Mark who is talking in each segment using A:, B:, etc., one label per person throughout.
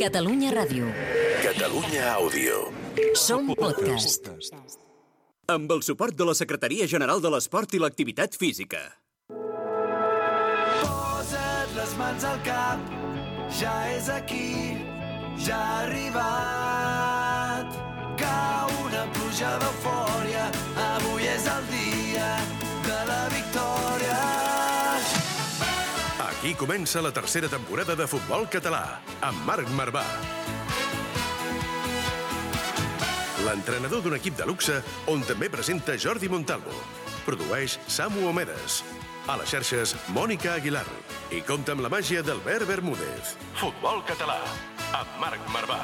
A: Catalunya Ràdio.
B: Catalunya Àudio.
A: Som podcast.
C: Amb el suport de la Secretaria General de l'Esport i l'Activitat Física.
D: Posa't les mans al cap, ja és aquí, ja ha arribat. Cau una pluja d'eufòria, avui és el dia de la victòria.
B: Aquí comença la tercera temporada de Futbol Català, amb Marc Marvà. L'entrenador d'un equip de luxe, on també presenta Jordi Montalvo. Produeix Samu Omedes. A les xarxes, Mònica Aguilar. I compta amb la màgia d'Albert Bermúdez. Futbol Català, amb Marc Marvà.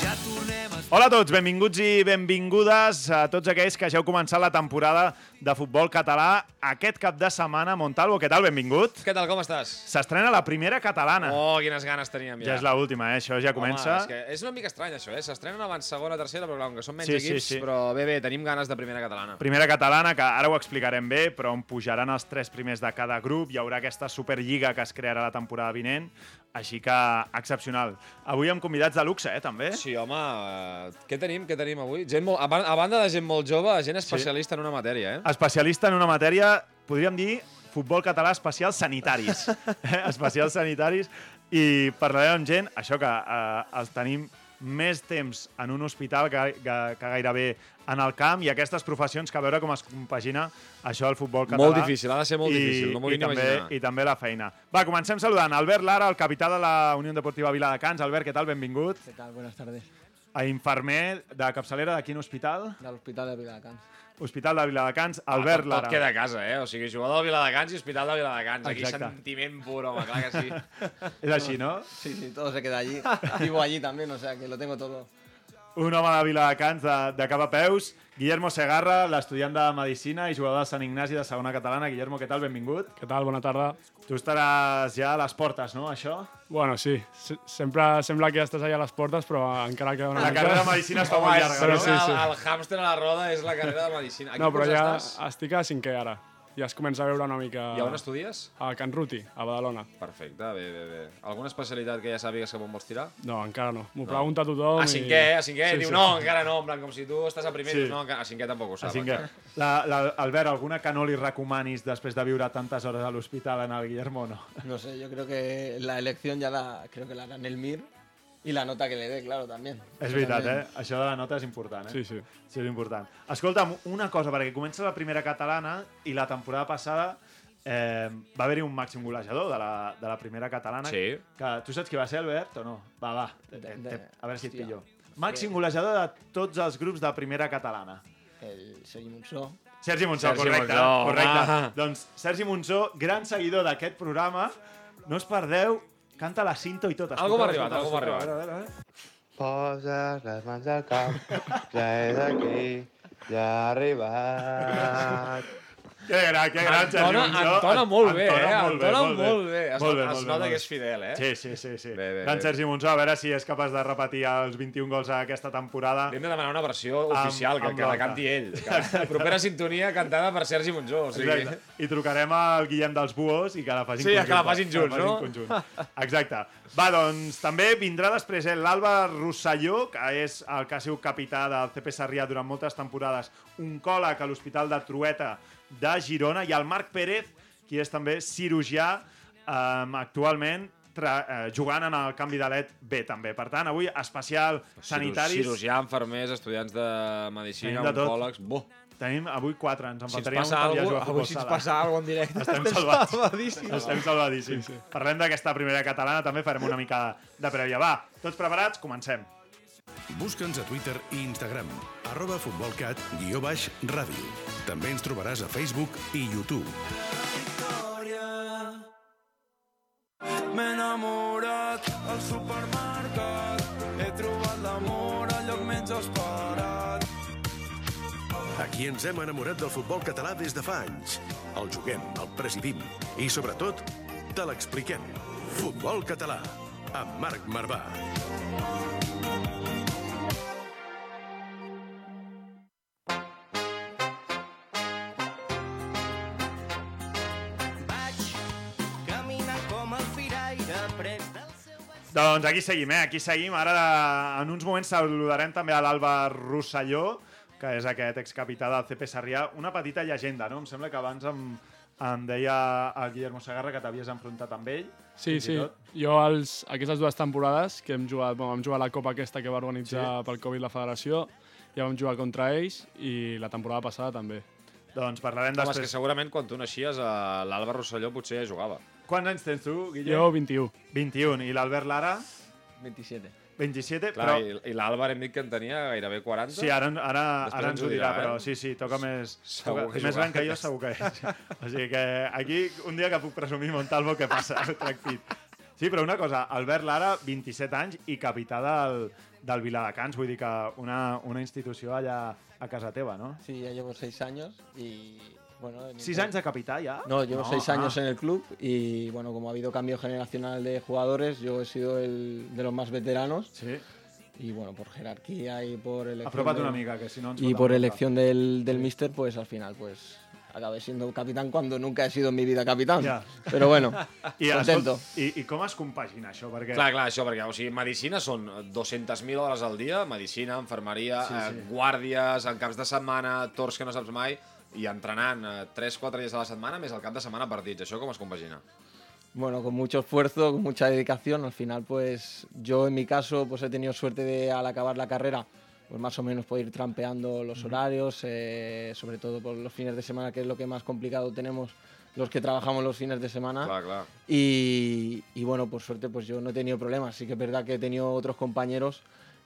D: Ja tornem a
E: Hola a tots, benvinguts i benvingudes a tots aquells que ja heu començat la temporada de futbol català aquest cap de setmana. Montalvo, què tal? Benvingut.
F: Què tal, com estàs?
E: S'estrena la primera catalana.
F: Oh, quines ganes teníem ja.
E: Ah. Ja és l'última, eh? Això ja comença.
F: Home, és, que és una mica estrany, això, eh? S'estrenen abans segona, tercera, però clar, com que són menys
E: Sí, sí,
F: equips,
E: sí.
F: però bé, bé, tenim ganes de primera catalana.
E: Primera catalana, que ara ho explicarem bé, però on pujaran els tres primers de cada grup. Hi haurà aquesta Superliga que es crearà la temporada vinent. Així que, excepcional. Avui amb convidats de luxe, eh, també.
F: Sí, home, eh, què tenim, què tenim avui? Gent molt, a, ban- a banda de gent molt jove, gent especialista sí. en una matèria, eh?
E: especialista en una matèria, podríem dir, futbol català especial sanitaris. eh? Especials sanitaris. I parlarem amb gent, això que eh, els tenim més temps en un hospital que, que, que gairebé en el camp i aquestes professions que a veure com es compagina això del futbol català.
F: Molt difícil, ha de ser molt difícil, no
E: i
F: m'ho vull ni
E: també,
F: imaginar.
E: I també la feina. Va, comencem saludant Albert Lara, el capità de la Unió Deportiva Viladecans. Albert, què tal? Benvingut.
G: ¿Qué tal? Buenas tardes.
E: A infermer de capçalera de quin hospital?
G: Del Hospital de Viladecans.
E: Hospital de Viladecans,
G: Ah,
E: Albert
F: tot,
E: Lara.
F: tot queda a casa, eh? O sigui, jugador de Viladecans i hospital de Viladecans. Aquí
E: Exacte.
F: sentiment pur, home, clar que sí.
E: És així, no?
G: Sí, sí, todo se queda allí. Vivo allí también, o sea que lo tengo todo.
E: Un home de Viladecans de, de cap a peus, Guillermo Segarra, l'estudiant de Medicina i jugador de Sant Ignasi de segona catalana. Guillermo, què tal? Benvingut.
H: Què tal? Bona tarda.
E: Tu estaràs ja a les portes, no, això?
H: Bueno, sí, se- sempre sembla que estàs allà a les portes, però encara queda una
E: La
H: mica.
E: carrera de Medicina està molt llarga,
H: però
E: no?
H: Ah, sí, sí.
F: El, el hàmster a la roda és la carrera de medicina. Aquí doncs
H: No, però ja
F: Estàs?
H: estic a cinquè ara. Ja es comença a veure una mica...
F: I on estudies?
H: A Can Ruti, a Badalona.
F: Perfecte, bé, bé, bé. Alguna especialitat que ja sàpigues cap on vols tirar?
H: No, encara no. M'ho pregunta tothom
F: A cinquè,
H: i...
F: a cinquè, sí, diu, sí. no, encara no, en plan, com si tu estàs a primer,
E: Sí.
F: sí. dius, no, encara- a cinquè tampoc ho saps.
E: Així que, la, la, Albert, alguna que no li recomanis després de viure tantes hores a l'hospital en el Guillermo, no?
G: No sé, yo creo que la elección ya la creo que la harán el MIR y la nota que le dé, claro, también.
E: És veritat, eh? Això de la nota és important, eh?
H: Sí, sí.
E: Sí, és important. Escolta'm, una cosa, perquè comença la primera catalana i la temporada passada eh, va haver-hi un màxim golejador de la, de la primera catalana.
F: Sí.
E: Que, tu saps qui va ser, Albert, o no? Va, va, te, te,
G: de-
E: a veure si et
G: hòstia.
E: pillo. Màxim golejador de tots els grups de primera catalana.
G: El Sergi Monzó.
E: Sergi Monzó,
F: Sergi
E: correcte.
F: Monzó,
E: correcte.
F: home.
E: Doncs Sergi Monzó, gran seguidor d'aquest programa. No us perdeu, canta la cinta i tot.
F: Algo m'ha
E: Escolta,
F: arribat,
E: escolta,
F: algo m'ha
E: escolta,
F: arribat.
E: a veure, a veure, a veure.
I: Posa les mans al cap, ja és aquí, ja ha arribat.
E: Que gran, que gran, Sergi
F: Entona,
E: Monzó.
F: entona molt bé, eh?
E: Entona molt bé,
F: Entona
E: molt bé.
F: molt bé. Es,
E: Molt bé,
F: es
E: molt bé,
F: nota
E: molt
F: que
E: bé.
F: és fidel, eh?
E: Sí, sí, sí. sí. Bé,
F: Bé,
E: bé,
F: bé,
E: Gran
F: bé.
E: Sergi Monzó, a veure si és capaç de repetir els 21 gols a aquesta temporada.
F: Hem de demanar una versió
E: Amb-
F: oficial, que,
E: amb
F: que la
E: nota.
F: canti ell. Que la propera sintonia cantada per Sergi Monzó, o sigui...
E: Exacte. I trucarem al Guillem dels Buos i que la facin
F: Sí, que
E: conjunta.
F: la facin junts, no?
E: conjunt. Exacte. Va, doncs també vindrà després eh, l'Alba Rosselló, que és el que ha sigut capità del CP Sarrià durant moltes temporades, un còleg a l'Hospital de Trueta de Girona, i el Marc Pérez, qui és també cirurgià eh, actualment, tra- eh, jugant en el canvi de LED B també. Per tant, avui especial sanitaris.
F: Cirurgià, enfermers, estudiants de medicina,
E: Tenim de tot.
F: oncòlegs... Bo,
E: Tenim avui quatre, ens en
F: si ens
E: faltaria
F: passa
E: un per ja
F: alguna
E: jugar a
F: cosa,
E: futbol
F: avui si ens
E: sala.
F: passa alguna cosa en directe,
E: Estem salvats. Estem salvadíssims. Sí, sí. Parlem d'aquesta primera catalana, també farem una mica de prèvia. Va, tots preparats? Comencem.
B: Busca'ns a Twitter i Instagram, arroba futbolcat, guió baix, ràdio. També ens trobaràs a Facebook i YouTube.
D: victòria. M'he enamorat al supermercat, he trobat l'amor al lloc menys esperat.
B: Aquí ens hem enamorat del futbol català des de fa anys. El juguem, el presidim i, sobretot, te l'expliquem. Futbol català, amb Marc Marvà.
D: Vaig caminant com el firaire, pres del seu...
E: Doncs aquí seguim, eh? Aquí seguim. Ara, de- en uns moments, saludarem també a l'Alba Rosselló, que és aquest excapità del CP Sarrià. Una petita llegenda, no? Em sembla que abans em, em deia el Guillermo Sagarra que t'havies enfrontat amb ell.
H: Sí,
E: fins i
H: sí.
E: tot.
H: Jo els, aquestes dues temporades que hem jugat, bueno, vam jugar la Copa aquesta que va organitzar
E: Sí.
H: pel Covid la federació, ja vam jugar contra ells i la temporada passada també.
E: Doncs parlarem
F: Home, és que
E: després.
F: segurament quan tu naixies eh, l'Alba Rosselló potser ja jugava.
E: Quants anys tens tu,
H: Jo
E: Guillermo?
H: 21.
E: Oh. 21. I l'Albert Lara?
G: 27.
E: 27.
F: Clar,
E: però...
F: i, i l'Alba hem dit que en tenia gairebé 40.
E: Sí, ara, ara,
F: Després
E: ara ens ho dirà, però
F: eh?
E: sí, sí, toca més...
F: Segur
E: toca-
F: que
E: més gran
F: jugarà.
E: que jo, segur que és. o sigui que aquí, un dia que puc presumir Montalvo, què passa? Ho trec pit. Sí, però una cosa, Albert Lara, 27 anys i capità del, del Viladecans, vull dir que una, una institució allà a casa teva, no?
G: Sí, ya llevo seis años y bueno... en el
E: 6
G: club-
E: anys de capità, ja?
G: No, llevo seis años
E: ah.
G: en el club y bueno, como ha habido cambio generacional de jugadores, yo he sido el de los más veteranos
E: Sí,
G: y bueno, por jerarquía y por elección...
E: apropa't
G: de-
E: una mica, que si no ens
G: Y
E: fotem
G: por
E: bronca.
G: elección del, del míster, pues al final, pues acabé siendo capitán cuando nunca he sido en mi vida capitán.
E: Ya.
G: Pero bueno,
E: I,
G: contento.
E: escolta, i, I com es compagina això? Perquè...
F: Clar, clar, això, perquè o sigui, medicina són 200.000 hores al dia, medicina, enfermeria, sí, sí. Eh, guàrdies, en caps de setmana, tors que no saps mai, i entrenant eh, 3-4 dies a la setmana, més el cap de setmana partits. Això com es compagina?
G: Bueno, con mucho esfuerzo, con mucha dedicación, al final, pues yo en mi caso, pues he tenido suerte de al acabar la carrera, pues más o menos poder ir trampeando los horarios, eh, sobre todo por los fines de semana, que es lo que más complicado tenemos los que trabajamos los fines de
E: Ah.
G: semana.
F: Clar, clar.
G: Y, y bueno, por suerte, pues yo no he tenido problemas. Sí que es verdad que he tenido otros compañeros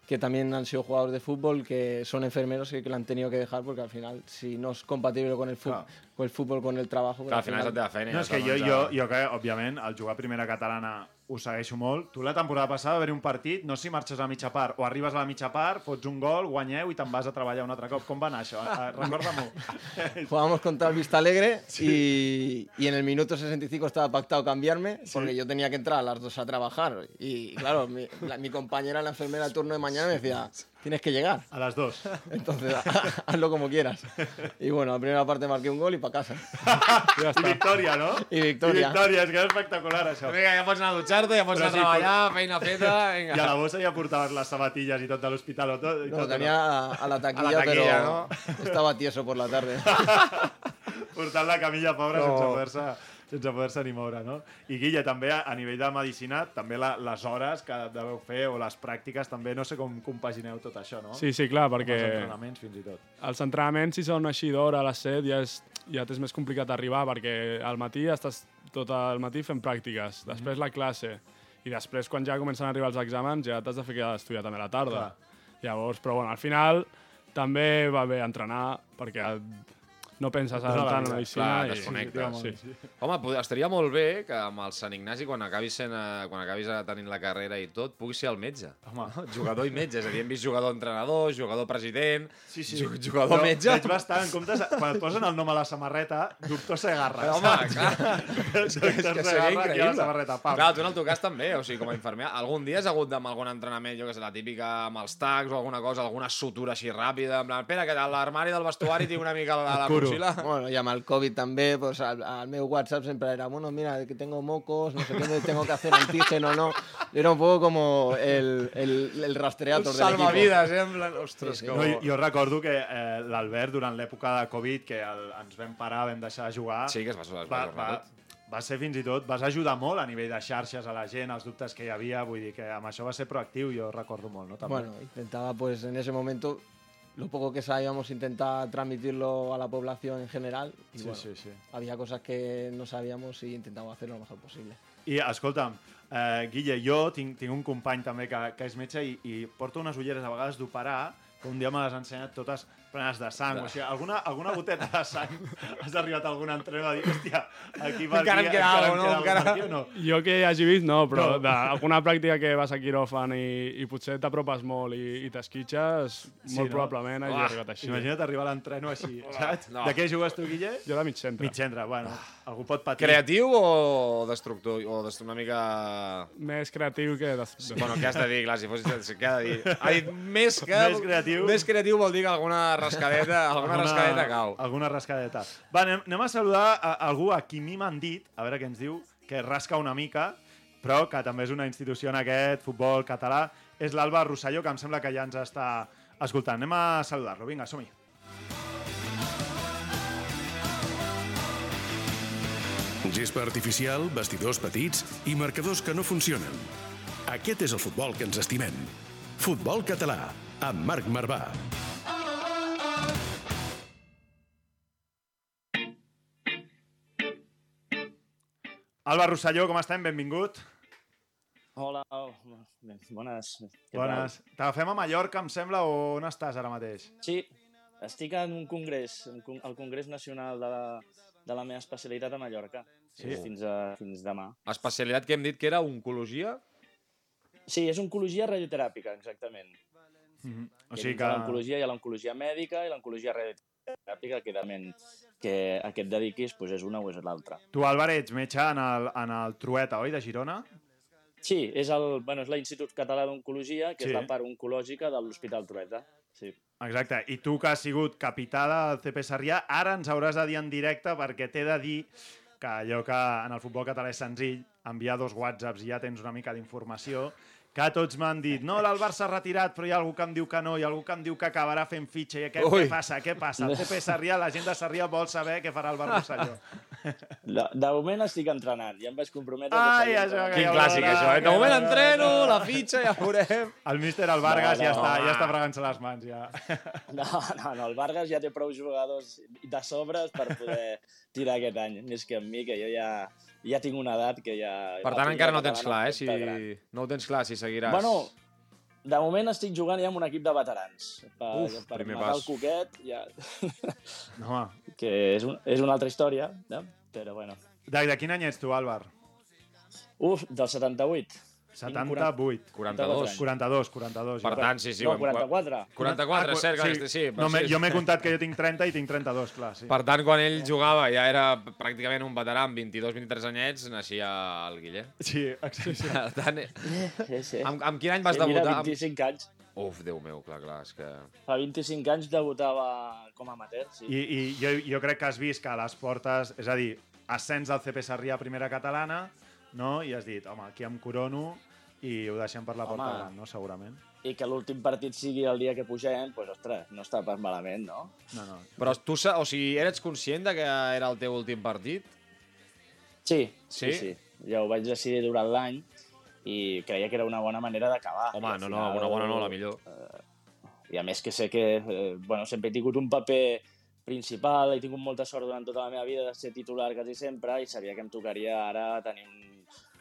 G: que también han sido jugadores de fútbol, que son enfermeros y que lo han tenido que dejar porque al final, si no es compatible con el fútbol,
F: Claro.
G: con el fútbol, con el trabajo, pues
F: clar al final és la teva feina.
E: No, és que
H: tota
E: jo,
F: ja
E: jo,
F: saps,
E: jo que, òbviament, al jugar a primera catalana ho segueixo molt. Tu la temporada passada va haver un partit, no sé si marxes a mitja part o arribes a la mitja part, fots un gol, guanyeu i te'n vas a treballar un altre cop. Com va anar això? Eh, Recorda-m'ho.
G: Jugábamos contra el Vista Alegre y, y en el minuto 65 estaba pactado cambiarme porque yo tenía que entrar a las dos a trabajar. Y claro, mi, la- mi compañera, la enfermera de turno de mañana, me decía, tienes que llegar.
E: A les dues.
G: Entonces, hazlo como quieras. Y bueno, la primera parte marqué un gol y para casa.
H: Ja
E: I
H: està.
E: victòria, no?
G: I victòria.
E: I victòria, és que és espectacular això.
F: Vinga, ja pots anar a dutxar-te, ja pots
E: Però
F: anar a
E: sí,
F: treballar, feina feta...
E: I
F: Vinga.
E: a la bossa ja portaves les sabatilles i tot de l'hospital. o Tot, i
G: No,
E: tot,
G: tenía a, a la taquilla,
F: taquilla,
G: pero estaba tieso por la tarde.
E: portant la camilla pobra no. sense poder-se sense poder-se ni moure, no? I Guilla, també a, a nivell de medicina, també la, les hores que deveu fer o les pràctiques, també no sé com compagineu tot això, no?
H: Sí, sí, clar,
E: Amb els
H: perquè...
E: entrenaments, fins i tot.
H: Els entrenaments, si són així d'hora a les 7, ja, és, ja t'és més complicat arribar, perquè al matí estàs tot el matí fent pràctiques, després la classe, i després, quan ja comencen a arribar els exàmens, ja t'has de fer quedar a estudiar també a la tarda. Llavors, però bueno, al final també va bé entrenar, perquè et- no penses
E: la
H: tant en
E: vida,
H: la
F: clar,
H: medicina. i-
F: desconnectes.
H: Sí, sí.
F: Home, pod- estaria molt bé que amb el Sant Ignasi, quan acabis, sent, eh, quan acabis eh, tenint la carrera i tot, puguis ser el metge.
E: Home.
F: Jugador i metge, és a dir, hem vist jugador-entrenador, jugador-president,
E: Sí, sí.
F: ju- jugador-metge...
E: Veig bastant, en comptes, de- quan et posen el nom a la samarreta, doctor Segarra.
F: Home,
E: saps?
F: clar,
E: doctor
F: que seria
E: Segarra aquí a
F: increïble.
E: la samarreta. Pam.
F: Clar, tu en el teu cas també, o sigui, com a infermer, algun dia has hagut amb algun entrenament, jo que sé, la típica amb els tacs o alguna cosa, alguna sutura així ràpida, en plan, espera, que l'armari del vestuari tinc una mica la, la
E: Curo.
F: mochila.
G: Bueno, llama al COVID también, pues al, al meu WhatsApp siempre era, bueno, mira, que tengo mocos, no sé qué, me tengo que hacer antígeno, no. Yo era un poco como el, el, el rastreador del equipo.
F: Salvavides, eh? En plan, ostres,
G: Sí, sí.
E: No,
F: que bo.
E: jo, jo recordo que eh, l'Albert, durant l'època de Covid, que el, ens vam parar, vam deixar de jugar,
F: Sí, que es va sonar.
E: va, va, va ser fins i tot... Vas ajudar molt a nivell de xarxes a la gent, els dubtes que hi havia, vull dir que amb això va ser proactiu, jo recordo molt, no? També.
G: Bueno, intentaba pues en ese momento lo poco que sabíamos intentar transmitirlo a la población en general. Y
E: sí,
G: bueno,
E: sí, sí.
G: Había cosas que no sabíamos y intentamos hacer lo mejor posible.
E: I escolta'm, eh, Guille, jo tinc, tinc un company també que, que és metge i, i porto unes ulleres a vegades d'operar que un dia me les ha ensenyat totes plenes de sang. O sigui, alguna, alguna goteta de sang has arribat a algun entrenador a dir, hòstia, aquí per
F: Encara em
E: aquí,
F: queda
E: encara
F: alguna, no?
E: alguna
F: Encara-
E: aquí o no?
H: Jo que hagi vist, no, però
E: No.
H: no. d'alguna pràctica que vas a quiròfan i, i potser t'apropes molt i, i t'esquitxes,
E: Sí,
H: molt
E: no?
H: probablement hagi
F: Uah,
H: arribat així.
E: Imagina't arribar a l'entreno així, saps?
F: no. Ah.
E: De què jugues tu, Guille?
H: Jo de mig centre.
E: Mig centre, bueno, algú pot patir.
F: Creatiu o destructor? O dest- una mica...
H: Més creatiu que... Des...
F: Bueno, què has de dir, clar, si fos... Què ha de dir? Ha dit més que...
E: Més creatiu.
F: Més creatiu vol dir que alguna rascadeta, alguna, rascadeta cau.
E: Alguna rascadeta. Va, anem, anem a saludar a, a algú a qui a mi m'han dit, a veure què ens diu, que rasca una mica, però que també és una institució en aquest futbol català, és l'Alba Rosselló, que em sembla que ja ens està escoltant. Anem a saludar-lo. Vinga, som-hi.
B: Gespa artificial, vestidors petits i marcadors que no funcionen. Aquest és el futbol que ens estimem. Futbol català, amb Marc Marvà.
E: Alba Rosselló, com estem? Benvingut.
J: Hola, oh, bones. Què tal?
E: Bones. T'agafem a Mallorca, em sembla, o on estàs ara mateix?
J: Sí, estic en un congrés, en con- al Congrés Nacional de la, de la meva especialitat a Mallorca.
E: Sí.
J: Sí. Fins, a, fins demà.
F: Especialitat que hem dit que era oncologia.
J: Sí, és oncologia radioteràpica, exactament.
E: Mhm. O
J: Hi ha
E: sigui
J: dins de
E: que...
J: L'oncologia, hi ha l'oncologia mèdica i l'oncologia radioteràpica, que depèn que a què et dediquis, doncs és una o és l'altra.
E: Tu, Álvaro, ets metge en el, en el Trueta, oi, de Girona?
J: Sí, és el, bueno, és l'Institut Català d'Oncologia, que
E: Sí.
J: sí. és la part oncològica de l'Hospital Trueta. Sí.
E: Exacte, i tu que has sigut capità del CP Sarrià, ara ens hauràs de dir en directe perquè t'he de dir que allò que en el futbol català és senzill, enviar dos whatsapps i ja tens una mica d'informació, que tots m'han dit, no, el Barça ha retirat, però hi ha algú que em diu que no, hi ha algú que em diu que acabarà fent fitxa, i què, què
F: Ui.
E: passa, què passa? El CP Sarrià, la gent de Sarrià vol saber què farà el Barrosselló.
J: De, de moment estic entrenant, ja em vaig comprometre... que
E: Ai,
J: seguia
E: això
J: entrenant.
E: que
F: Quin
E: Ah, ja
F: clàssic,
E: veuràs,
F: això, eh?
E: ja
F: De moment
E: veuràs.
F: entreno, la fitxa, ja veurem.
E: El míster, el Vargas,
J: No,
E: ja,
J: no,
E: està, ja
F: home.
E: està fregant-se les mans, ja.
J: No, no, no, el Vargas ja té prou jugadors de sobres per poder tirar aquest any. Més que amb mi, que jo ja, ja tinc una edat que ja...
F: Per tant, encara no tens clar, eh? Si... No ho tens clar, si seguiràs.
J: Bueno, de moment estic jugant ja amb un equip de veterans. Per,
F: Uf,
J: per
F: primer
J: matar
F: pas.
J: el coquet, ja...
E: No, home.
J: que és, un, és una altra història, no? però bueno.
E: de, de quin any ets tu, Álvar?
J: Uf, del 78.
E: 78.
F: 42.
E: 42, 42.
F: Per
E: ja.
F: tant, sí, sí.
J: no,
F: ho hem-
J: 44.
F: 44, és cert, que sí. sí
E: Ah, no,
F: però
E: m'he-
F: sí.
E: Jo m'he comptat que jo tinc 30 i tinc 32, clar, sí.
F: Per tant, quan ell jugava ja era pràcticament un veterà amb 22-23 anyets, naixia el Guiller.
E: Sí, exacte.
F: Per tant, eh,
J: Sí, sí.
F: amb, amb quin any vas
J: Sí, mira,
F: debutar? Amb...
J: 25 anys.
F: Uf, Déu meu, clar, clar, és que...
J: Fa 25 anys debutava com a amateur, sí.
E: I, i jo, jo crec que has vist que a les portes, és a dir, ascens del CP Sarrià a primera catalana, no? I has dit, home, aquí em corono i ho deixem per la porta
J: Home.
E: gran, no? Segurament.
J: i que l'últim partit sigui el dia que pugem, doncs, ostres, no està pas malament, no?
E: No, no.
F: Però tu, sa- o sigui, eres conscient de que era el teu últim partit?
J: Sí,
F: Sí?
J: sí, sí. Ja ho vaig decidir durant l'any i creia que era una bona manera d'acabar. I
F: Home,
J: al
F: no, no, una bona no, la millor.
J: I a més que sé que, eh, bueno, sempre he tingut un paper principal, he tingut molta sort durant tota la meva vida de ser titular quasi sempre i sabia que em tocaria ara tenir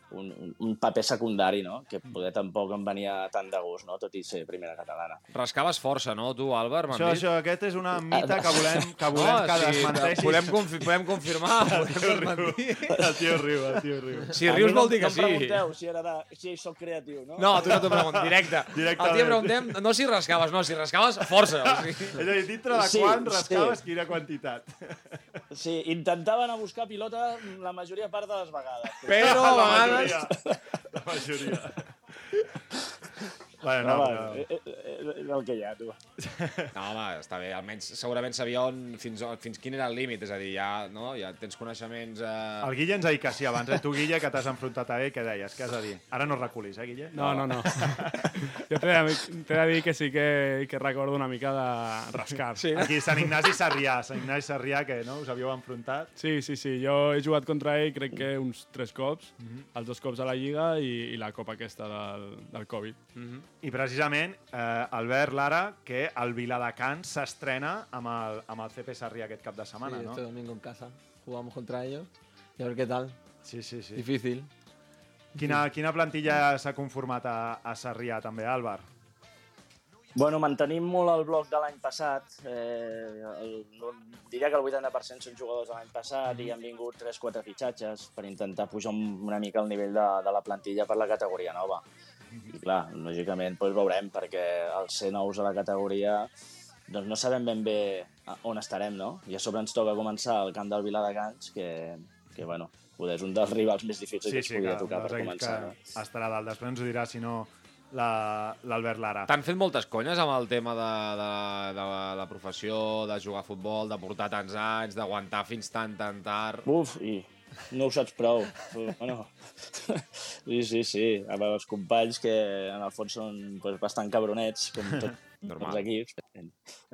J: un, un, un paper secundari, no? Que
F: Mm.
J: poder tampoc em venia tant de gust, no? Tot i ser primera catalana.
F: Rascaves força, no, tu, Álvaro?
E: Això, això, aquest és una mita que volem que,
F: No,
E: volem que
F: Ah, sí,
E: desmenteixis.
F: podem, confi podem confirmar, podem desmentir.
E: El tio riu, el tio riu.
F: Si
J: A mi
F: rius
J: no,
F: vol dir que
J: no
F: sí.
J: No em pregunteu si, era de, si sóc creatiu, no?
F: No, tu no t'ho preguntes, directe.
E: Directament.
F: El dia preguntem, no si rascaves, no, si rascaves, força. O sigui.
E: És a dir, dintre de
J: Sí,
E: quan
J: sí.
E: rascaves quina quantitat.
J: Sí, intentava anar a buscar pilota la majoria part de les vegades.
F: Però a
E: La
F: vegades...
E: majoria. La majoria. Bueno,
J: Però,
E: no,
J: va,
E: però...
J: eh, eh, eh, és el que hi ha, tu.
F: No, home, està bé. Almenys segurament sabia on, fins, on, fins quin era el límit. És a dir, ja, no? ja tens coneixements... Eh...
E: El Guille ens ha dit que sí abans, eh? Tu, Guille, que t'has enfrontat a ell, què deies? Què has de dir? Ara no reculis, eh, Guille?
H: No, no, no. Jo t'he de, t'he de dir que sí que, que recordo una mica de rascar. Sí.
E: Aquí, Sant Ignasi Sarrià. Sant Ignasi Sarrià, que no? Us havíeu enfrontat.
H: Sí, sí, sí. Jo he jugat contra ell crec que uns tres cops,
K: Mhm.
H: els dos cops a la Lliga i, i la copa aquesta del, del Covid.
E: I precisament, eh, Albert Lara, que el Viladecans s'estrena amb, el, amb el CP Sarrià aquest cap de setmana,
G: Sí, este
E: no?
G: domingo en casa. Jugamos contra ellos y a ver qué tal.
E: Sí, sí, sí.
G: Difícil.
E: Quina, quina plantilla s'ha conformat a, a Sarrià, també, Álvar?
J: Bueno, mantenim molt el bloc de l'any passat. Eh, el, no, diria que el 80% són jugadors de l'any passat i han vingut 3-4 fitxatges per intentar pujar un- una mica el nivell de, de la plantilla per la categoria nova. I clar, lògicament, doncs veurem, perquè els ser nous a la categoria doncs no sabem ben bé a- on estarem, no? I a sobre ens toca començar el camp del Viladecans, que, que bueno, poder és un dels rivals més difícils que ens podia
E: un
J: tocar
E: dels
J: per
E: equips
J: començar. no?
E: Que estarà dalt. Després ens ho dirà, si no, la- l'Albert Lara.
F: T'han fet moltes conyes amb el tema de, de, de, la, de la professió, de jugar a futbol, de portar tants anys, d'aguantar fins tan, tan tard...
J: Uf, i no ho saps prou. Però, bueno, sí, sí, sí. A veure, els companys que en el fons són doncs, bastant cabronets, com tot,
F: Normal.
J: Normal. els equips.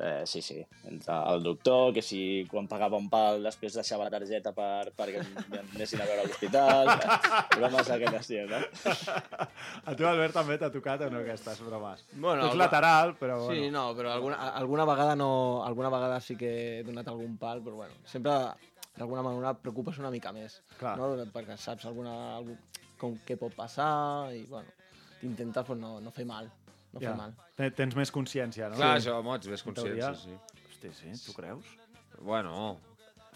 J: Eh, sí, sí. Entre el doctor, que si quan pagava un pal després deixava la targeta per, perquè anessin a veure a l'hospital. eh, Bromes d'aquestes, tio, no?
E: A tu, Albert, també t'ha tocat o no aquestes bromes?
G: Bueno,
E: tu ets
G: alguna-
E: lateral, però...
G: Sí,
E: bueno.
G: no, però alguna, a- alguna vegada no, alguna vegada sí que he donat algun pal, però bueno, sempre d'alguna manera et preocupes una mica més,
E: Clar.
G: no? perquè saps alguna, algú, com què pot passar i bueno, intentar pues, no, no fer mal, no fer mal.
E: Te- Tens més consciència, no?
F: Clar, això, mots, ves conscient,
E: teoria.
F: sí, sí.
E: Hosti, sí, tu creus?
F: Bueno...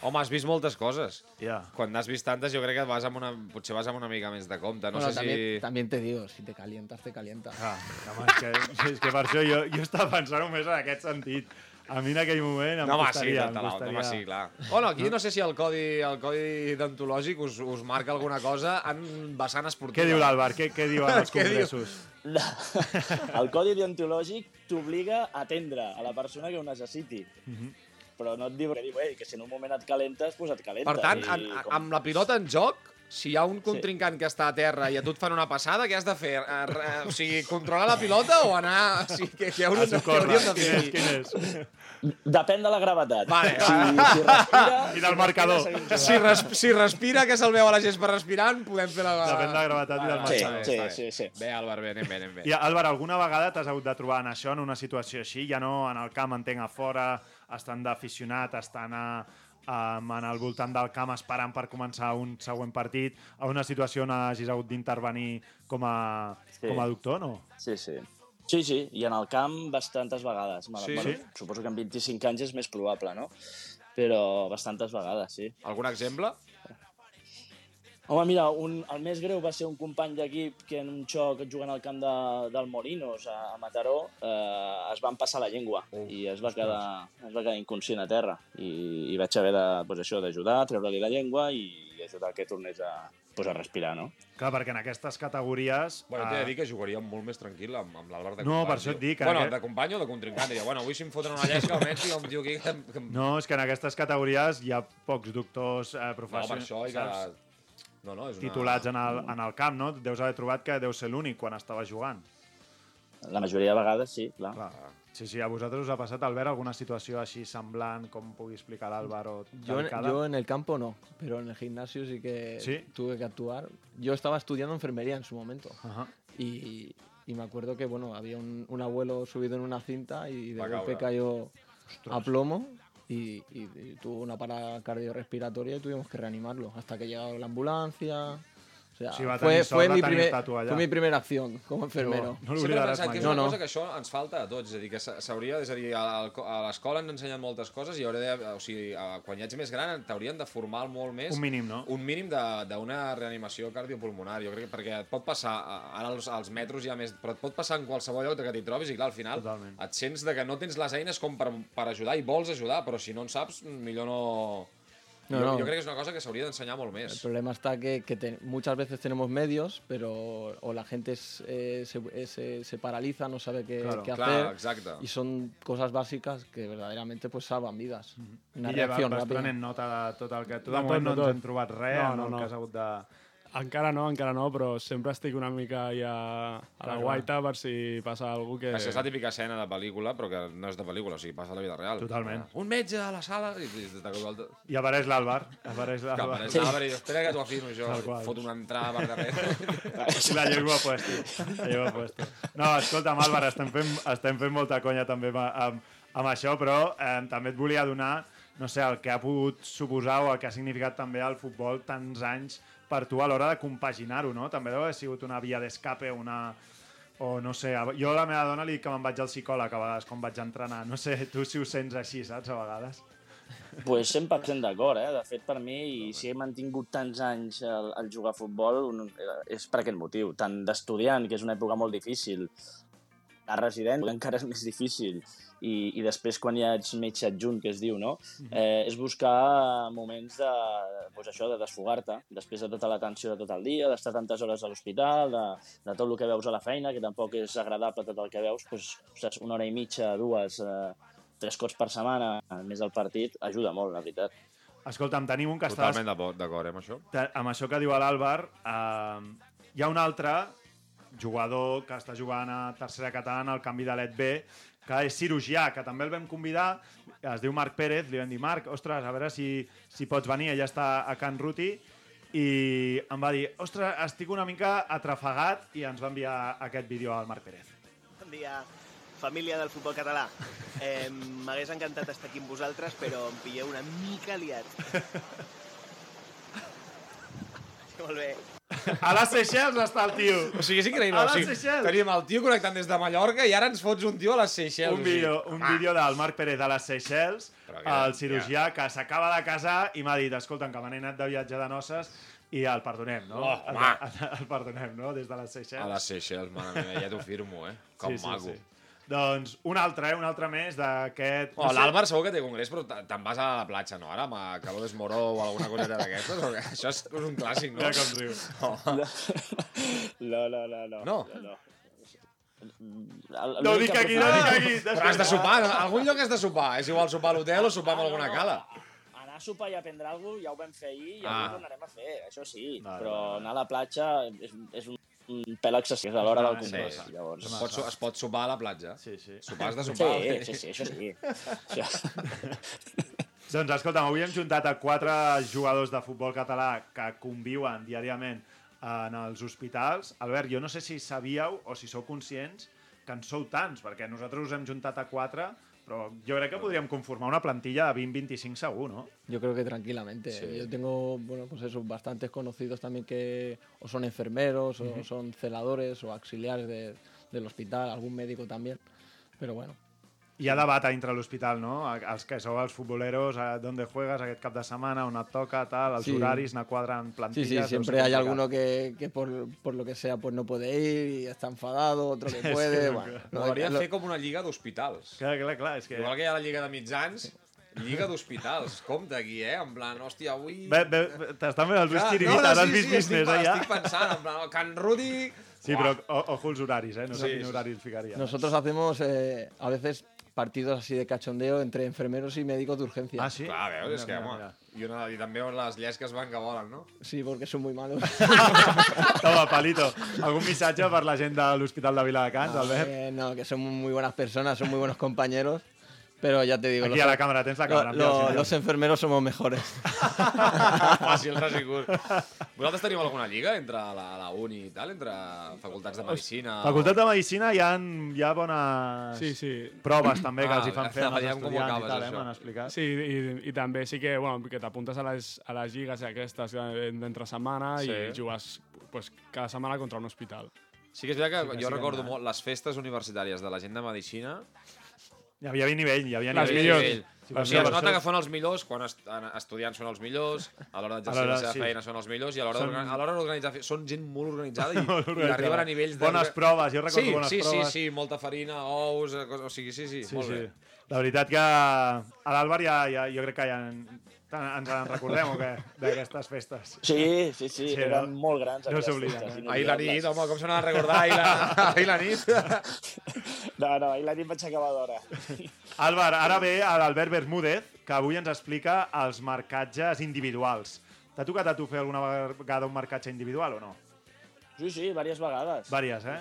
F: Home, has vist moltes coses.
E: Ja.
F: Quan n'has vist tantes, jo crec que vas amb una, potser vas amb una mica més de compte. No
G: bueno,
F: sé
G: también,
F: si...
G: también te digo, si te calientas, te calientas.
E: Ah, home, és que, és que per això jo, jo estava pensant només en aquest sentit. A mi en aquell moment em
F: No, home, sí,
E: costaria... em
F: tanta la-
E: costaria...
F: home, sí, clar. Bueno, aquí no sé si el codi, el codi dentològic us, us marca alguna cosa en vessant esportiva.
E: Què diu l'Àlvar? Què, què diuen els
F: Què diu?
E: congressos?
J: El codi deontològic t'obliga a atendre a la persona que ho necessiti.
F: Mhm.
J: Però no et diu que, diu, "Ei, que si en un moment et calentes, doncs et calentes.
F: Per tant,
J: I
F: en,
J: com-
F: amb la pilota en joc, si hi ha un contrincant que està a terra i a tu et fan una passada, què has de fer? Eh, re- O sigui, controlar la pilota o anar... O sigui, què, què, hauries,
E: A
F: de- què
E: Socorra.
F: hauries de
E: Quin és?
F: fer?
E: Quin és?
J: Depèn de la gravetat.
F: Vale.
J: Si, si respira...
E: I del marcador.
J: Si respira,
F: Si,
J: seguim jugant.
F: res, si respira, que se'l veu a la gespa respirant, podem fer la...
E: Depèn de la gravetat i del
F: Vale, vale, està
J: marcador.
F: bé,
J: Sí,
F: està
J: sí,
F: bé.
J: sí, sí.
F: Bé, Álvaro, bé, anem bé, anem bé.
E: I, Álvaro, alguna vegada t'has hagut de trobar en això, en una situació així? Ja no en el camp, entenc, a fora, estan d'aficionat, estan a, um, en el voltant del camp esperant per començar un següent partit, a una situació on hagis hagut d'intervenir com, a,
J: Sí.
E: com a doctor, no?
J: Sí, sí. Sí, sí, i en el camp bastantes vegades. Sí, bueno,
E: sí.
J: Suposo que amb 25 anys és més probable, no? Però bastantes vegades, sí.
F: Algun exemple?
J: Home, mira, un, el més greu va ser un company d'equip que en un xoc jugant al camp de, del Morinos a, a Mataró eh, es van passar la llengua i es va, quedar, es va quedar inconscient a terra i, i vaig haver de, pues, això d'ajudar, treure-li la llengua i, ajudar que tornés a, pues, a respirar, no?
E: Clar, perquè en aquestes categories...
F: Bueno, t'he
E: eh,
F: de dir que jugaria molt més tranquil amb, amb l'Àlvar de
E: No,
F: company,
E: per això et
F: tio.
E: dic,
F: Bueno,
E: aquest-
F: de company o de contrincant. Diria, bueno, avui si em foten una llesca, almenys hi ha un tio aquí que... que... em-
E: No, és que en aquestes categories hi ha pocs doctors eh,
F: no per
E: professionals
F: això i que... No, no, és una...
E: titulats en el, en el camp, no? Deus haver trobat que deu ser l'únic quan estava jugant.
J: La majoria de vegades sí, clar.
E: Clar. Sí, sí, a vosaltres us ha passat, Albert, alguna situació així semblant, com pugui explicar l'Àlvaro,
G: Yo en,
E: delicada?
G: yo en el campo no, pero en el gimnasio sí que
E: Sí.
G: tuve que actuar. Yo estaba estudiando enfermería en su momento
E: Ajá.
G: y, y me acuerdo que bueno había un, un abuelo subido en una cinta y de
F: Va a
G: golpe
F: caure.
G: cayó a plomo y, y- y tuvo una parada cardiorrespiratoria y tuvimos que reanimarlo hasta que llegó la ambulancia. O sea,
E: Sí, va a
G: fue,
E: tener
G: fue
E: sorda,
G: mi
E: tener
G: primer-
E: tatu allá.
G: fue mi primera acción como enfermero.
E: No
F: Sempre he
E: l'oblidaràs
F: pensat
E: mai.
F: que és una
G: No, no.
F: cosa que això ens falta a tots, és a dir, que s- s'hauria, és a dir, a a l'escola ens ensenyen moltes coses i hauré de, o sigui, a- quan ja ets més gran t'haurien de formar molt més
E: Un mínim, no?
F: un mínim de- d'una reanimació cardiopulmonar, jo crec que perquè et pot passar, a- ara als, als metros hi ha més, però et pot passar en qualsevol lloc que t'hi trobis i clar, al final
E: Totalment.
F: et sents de que no tens les eines com per, per ajudar i vols ajudar, però si no en saps, millor no...
G: No,
F: jo,
G: no.
F: jo crec que és una cosa que s'hauria d'ensenyar molt
G: El
F: més.
G: problema está que, que te- muchas veces tenemos medios, pero o la gente es- eh, se, eh, se- se paraliza, no sabe qué,
E: Claro,
G: qué hacer.
F: Clar, exacte.
G: Y son cosas básicas que verdaderamente pues salvan vidas. Una
E: Guille,
G: reacción
E: vas
G: rápida.
E: prenent nota de tot el que... Tu de
H: De
E: moment
H: tot,
E: no
H: de
E: ens
H: tot.
E: hem trobat res,
H: No,
E: no, no, no.
H: no, no.
E: que has hagut de...
H: Encara no, encara no, però sempre estic una mica ja a la
E: clar.
H: guaita per si passa algú que...
F: Això és la típica escena de pel·lícula, però que no és de pel·lícula, o sigui, passa a la vida real.
E: Totalment.
F: Ah, Un metge a la sala... I, i, de cop i volta...
E: I apareix l'Àlvar. Apareix
F: Que
E: l'Àlvar.
F: apareix l'Àlvar i diu, espera que t'ho afino jo.
E: Ah, Tal qual.
F: Fot una entrada per darrere.
E: I la llengua a puesto. La llengua a puesto. No, escolta'm, Álvar, estem fent, estem fent molta conya també amb, amb, amb això, però eh, també et volia donar, no sé, el que ha pogut suposar o el que ha significat també el futbol tants anys per tu a l'hora de compaginar-ho, no? També deu haver sigut una via d'escape, una... O no sé, a- jo a la meva dona li dic que me'n vaig al psicòleg a vegades quan vaig entrenar. No sé, tu si ho sents així, saps, a vegades?
J: Pues 100% d'acord, eh? De fet, per mi, i si he mantingut tants anys el, el jugar a futbol, un, eh, és per aquest motiu. Tant d'estudiant, que és una època molt difícil, a resident encara és més difícil, i, i després quan ja ets metge adjunt, que es diu, no? Eh, és buscar moments de, pues això, de desfogar-te, després de tota l'atenció de tot el dia, d'estar tantes hores a l'hospital, de, de tot el que veus a la feina, que tampoc és agradable tot el que veus, pues, saps, una hora i mitja, dues... Eh, tres cops per setmana, a més del partit, ajuda molt, la veritat.
E: Escolta'm, tenim un que està...
F: Totalment d'acord- d'acord, eh, amb això.
E: Ta- amb això que diu l'Àlvar, eh, hi ha un altre jugador que està jugant a tercera catalana al canvi de l'ET B, que és cirurgià, que també el vam convidar, es diu Marc Pérez, li vam dir, Marc, ostres, a veure si, si pots venir, ella està a Can Ruti, i em va dir, ostres, estic una mica atrafegat, i ens va enviar aquest vídeo al Marc Pérez.
K: Bon dia, família del futbol català. Eh, M'hagués encantat estar aquí amb vosaltres, però em pilleu una mica liat. Molt bé.
E: A les Seychelles està el tio.
F: O sigui, és increïble.
E: A
F: O
E: les
F: sigui,
E: Seychelles.
F: teníem el tio connectant des de Mallorca i ara ens fots un tio a les Seychelles.
E: un vídeo, un
F: Ah.
E: vídeo del Marc Pérez de les Seychelles,
F: que-
E: el cirurgià que s'acaba de casar i m'ha dit, escolta'm, que me n'he anat de viatge de noces i el perdonem, no?
F: Oh,
E: el,
F: home.
E: el, el perdonem, no? Des de les Seychelles.
F: A les Seychelles, mare meva, ja t'ho firmo, eh? Com
E: Sí, sí,
F: maco.
E: sí. Doncs un altre, eh? Un altre més d'aquest...
F: Oh, L'Àlvar segur que té congrés, però te- te'n vas a la platja, no? Ara, amb eh, calor d'esmoró o alguna coseta d'aquestes? o què? Això és és un clàssic, no?
E: Mira com riu.
J: No, no, no. No?
F: No.
J: no.
E: No dic aquí, no dic aquí.
F: Però has de sopar, en algun lloc has de sopar. És igual sopar a l'hotel o sopar en alguna cala.
J: Anar a sopar i a prendre alguna cosa, ja ho vam fer ahir i avui
F: Ah.
J: ho tornarem a fer, això sí.
E: Vale,
J: però
E: vale.
J: anar a la platja és, és un, un pèl excessiu, és a l'hora del
E: Ah, sí,
J: congrés,
F: sí.
J: llavors.
F: Es pot, so- es pot sopar a la platja.
E: Sí, sí.
F: Sopar has de
J: Sí,
F: sopar. eh?
J: sí, sí, això sí. Això-
E: Doncs escolta'm, avui hem juntat a quatre jugadors de futbol català que conviuen diàriament en els hospitals. Albert, jo no sé si sabíeu o si sou conscients que en sou tants, perquè nosaltres us hem juntat a quatre, però jo crec que podríem conformar una plantilla de 20-25 segur, no?
G: Yo creo que tranquilamente. Yo tengo, bueno, pues eso, bastantes conocidos también que o son enfermeros, o son celadores, o auxiliares de- del hospital, algún médico también. Pero bueno,
E: Hi ha debat a dintre l'hospital, no? A- Els que sou els futboleros, a d'on juegues aquest cap de setmana, on et toca, tal, els
G: Sí.
E: horaris, anar quadrant
G: sí,
E: plantilles...
G: sí,
E: deu ser
G: siempre hay
E: complicat.
G: alguno que, que por, por lo que sea pues no puede ir y está enfadado, otro que
E: Sí,
G: puede.
E: no,
G: bueno,
E: claro.
G: lo-
F: M'agradaria
G: lo-
F: fer com una lliga d'hospitals.
E: Clar, clar, clar, és que...
F: Igual que hi ha la lliga de mitjans, lliga d'hospitals. Compte aquí, eh? En plan, hòstia, avui...
E: Ve, ve, ve- T'estan fent els
F: Clar,
E: ulls tiribites,
F: no, no,
E: has vist
F: estic,
E: business, allà?
F: Estic pensant, en plan, el Can Rudi...
E: Sí,
F: Uah,
E: però o- ojo els horaris, eh? No sé
F: Sí,
E: quin
F: sí,
E: horari els ficaria.
G: Nosotros hacemos eh, a veces partidos así de cachondeo entre enfermeros y médicos de urgencia.
E: Ah, sí?
F: Clar, veus,
E: Mira,
F: és
E: mira,
F: que, home...
E: mira.
F: I, una, I també les llesques van que volen, no?
G: Sí, porque son muy malos.
E: Toma, Palito, algun missatge per la gent de l'Hospital de Viladecans,
G: Ah,
E: Albert?
G: eh, no, que son muy buenas personas, son muy buenos compañeros, pero ya te digo,
E: Aquí
G: los-
E: a la càmera, tens la
G: lo-
E: càmera.
G: lo-
E: mira,
G: los
E: sí, Ah,
G: enfermeros somos mejores.
F: Fàcil, resigur. Vosaltres teniu alguna lliga entre la, la uni i tal? Entre facultats de medicina?
E: mira.
F: o-
E: Facultat de Medicina hi ha, hi ha bones
H: Sí, sí.
E: proves també que
F: Ah,
E: els hi fan fer als
F: veiem com ho
E: estudiants i
F: acabes,
E: tal, eh?
F: això.
E: M'han explicat.
H: Sí, i, i també sí que, bueno, que t'apuntes a, les, a les lligues aquestes d'entre setmana sí.
F: Sí.
H: i jugues pues, cada setmana contra un hospital.
F: Sí que és veritat que
E: Sí que
F: jo
E: sí que
F: recordo
E: anava.
F: molt les festes universitàries de la gent de medicina.
E: Hi havia nivell, hi havia
H: Les
E: nivell.
H: millors.
F: Sí,
E: Sí,
F: o
E: per
F: sigui,
E: això-
F: es
E: per
F: nota
E: això-
F: que són els millors, quan est en- estudiant són els millors, a l'hora
E: A
F: d'exercir
E: l'hora-
F: la seva
E: sí.
F: feina són els millors, i a l'hora
E: Són-
F: d'organ- a l'hora d'organitzar... fe- Són gent molt organitzada i,
E: Molt
F: i
E: organitzada.
F: arriben a nivells de...
E: Bones proves, jo recordo
F: sí,
E: bones
F: sí,
E: proves.
F: Sí, sí, molta farina, ous, eh, cos- o sigui, sí, sí,
E: Sí,
F: molt
E: sí.
F: bé.
E: La veritat que a l'Àlvar ja, ja, jo crec que ja en, tant- ens en recordem, o què, d'aquestes festes.
J: Sí, sí, sí,
E: Sí,
J: eren
E: no?
J: molt grans.
E: No
J: aquelles
E: s'obliden,
J: festes,
E: eh?
F: Ahir la
J: inolvidables.
F: nit, home, com s'ha anat a recordar ahir la, ahir la nit.
J: No, no, ahir la nit vaig acabar d'hora.
E: Àlvar, ara ve a l'Albert Bermúdez, que avui ens explica els marcatges individuals. T'ha tocat a tu fer alguna vegada un marcatge individual o no?
J: Sí, sí, diverses vegades.
E: Vàries, eh?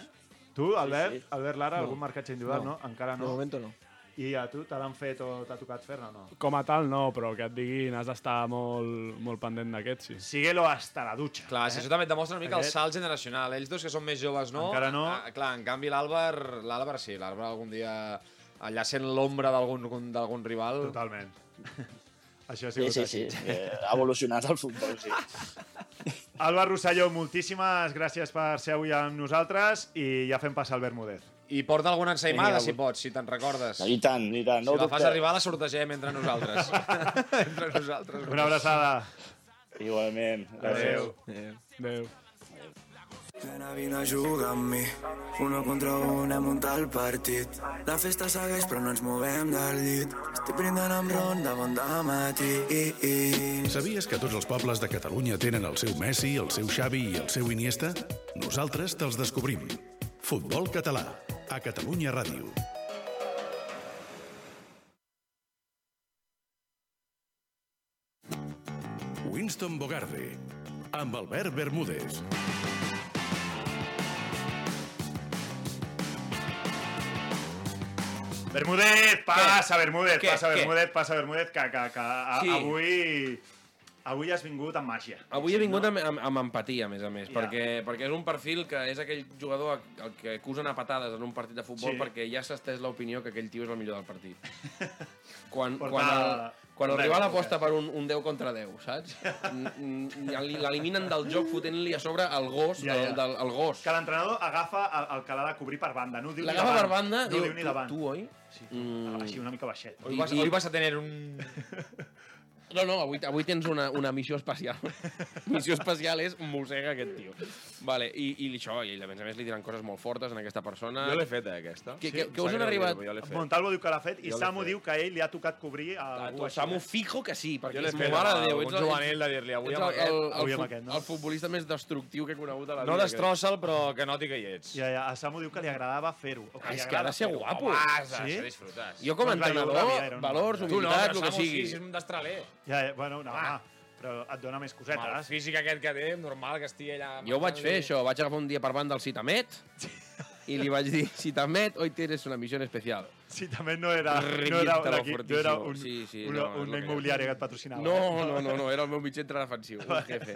E: Tu, Albert,
J: sí.
E: Albert Lara,
G: No.
E: algun marcatge individual? No,
G: No.
E: encara
G: De
E: no.
G: momento no.
E: I a tu te l'han fet o t'ha tocat fer-ne o no?
H: Com a tal, no, però que et diguin has d'estar molt, molt pendent d'aquest, sí.
E: Síguelo hasta la dutxa.
F: Clar, si això també et demostra una mica
E: Eh?
F: el
E: Aquest-
F: salt generacional. Ells dos que són més joves, no?
E: Encara no.
F: Ah, clar, en canvi l'Àlvar, l'Àlvar sí, l'Àlvar algun dia allà sent l'ombra d'algun d'algun rival.
E: Totalment. això ha
J: Sí,
E: sigut
J: sí,
E: així.
J: sí. Eh, ha evolucionat el futbol, sí.
E: Alba Rosselló, moltíssimes gràcies per ser avui amb nosaltres i ja fem passar al Bermúdez.
F: I porta alguna ensaïmada,
J: Vinga,
F: si
J: avui.
F: pots, si te'n recordes.
J: I tant, i tant. No
F: si
J: ho
F: la fas
J: dubteu.
F: arribar, la sortegem entre nosaltres. entre nosaltres.
E: Una abraçada.
J: Igualment. Gràcies.
E: Adéu.
H: Adéu.
D: Nena, vine a jugar amb mi. Uno contra un hem muntat el partit. La festa segueix però no ens movem del llit. Estic brindant amb ron de bon dematí. I, i.
B: Sabies que tots els pobles de Catalunya tenen el seu Messi, el seu Xavi i el seu Iniesta? Nosaltres te'ls descobrim. Futbol català, a Catalunya Ràdio. Winston Bogarde, amb Albert Bermúdez.
E: Bermúdez, passa, Bermúdez,
F: Què?
E: passa,
F: Què?
E: Bermúdez, passa, Bermúdez, que, que, que a,
F: Sí.
E: avui... Avui has vingut amb màgia.
F: Avui he vingut amb, amb, amb empatia, a més a més,
E: Ja.
F: perquè, perquè és un perfil que és aquell jugador a- al que acusen a patades en un partit de futbol
E: Sí.
F: perquè ja s'ha estès l'opinió que aquell tio és el millor del partit. Quan,
E: Porta-
F: quan el, quan el
E: porta
F: rival
E: època.
F: aposta per un, un 10 contra 10, saps? Mm, mm, L'eliminen del joc fotent-li a sobre el gos,
E: Ja,
F: ja,
E: ja.
F: ja. El, del, el gos.
E: Que l'entrenador agafa el, el que l'ha de cobrir per banda, no ho diu ni
F: L'agafa per
E: davant. Ah,
F: banda,
E: no
F: diu,
E: ho diu ni
F: tu-
E: davant.
F: tu, oi?
E: Sí, així una mica baixet.
F: Hoy vas- hoy vas
H: a tener un...
F: No, no, avui, avui tens una, una missió especial. missió especial és mossega aquest tio. Vale, i, i això, i a més a més li diran coses molt fortes en aquesta persona.
H: Jo l'he fet, eh, aquesta.
F: Que,
H: Sí,
F: que,
H: em
F: que us
H: sap
F: han
H: greu
F: arribat...
H: dir-ho, jo l'he fet.
E: Montalvo diu que l'ha fet i
H: Jo l'he
E: Samu
H: fet.
E: diu que a ell li ha tocat cobrir a
F: A
E: algú
F: Ah, tu,
E: així,
F: Samu,
E: eh?
F: fijo que sí, perquè
E: Jo l'he
F: és
E: fet,
F: mare
E: a
F: de Déu.
E: algun
F: ets el-
E: juvenil de dir-li, "Avui
F: ets
E: amb
F: el-
E: aquest".
F: el-
E: Avui amb
F: el fu-
E: aquest, no?
F: El futbolista més destructiu que he conegut a la vida.
H: No
F: crec.
H: destrossa'l, però que noti que hi ets.
E: Ja, ja, a Samu diu que li agradava fer-ho. o
F: Ah,
E: li
F: és que ha
E: agrada
F: de ser
E: fer-ho.
F: guapo.
E: Sí?
F: Jo com a
E: Doncs la Iurra Vila era
F: entrenador,
E: un-
F: valors,
E: Tu no,
F: humilitat,
E: però
F: el que
E: Samu sí,
F: sigui.
E: sí, és
H: un destraler.
E: Ja, ja, bueno, no,
F: Ah.
E: home, però et dona més
H: Amb el
E: cosetes.
H: físic aquest que té, normal que estigui allà...
F: Jo ho vaig fer, això. Vaig agafar un dia per banda el Citamet i li vaig dir, Citamet, hoy tienes una missió especial.
E: Sí, també no era, no era,
F: Revienta-lo
E: un equip, no era
F: fortíssim.
E: un,
F: Sí, sí,
E: una,
F: no, és
E: una
F: el que-
E: immobiliària que et patrocinava. eh?
F: No, no, no, no, era el meu mitjà defensiu, un jefe.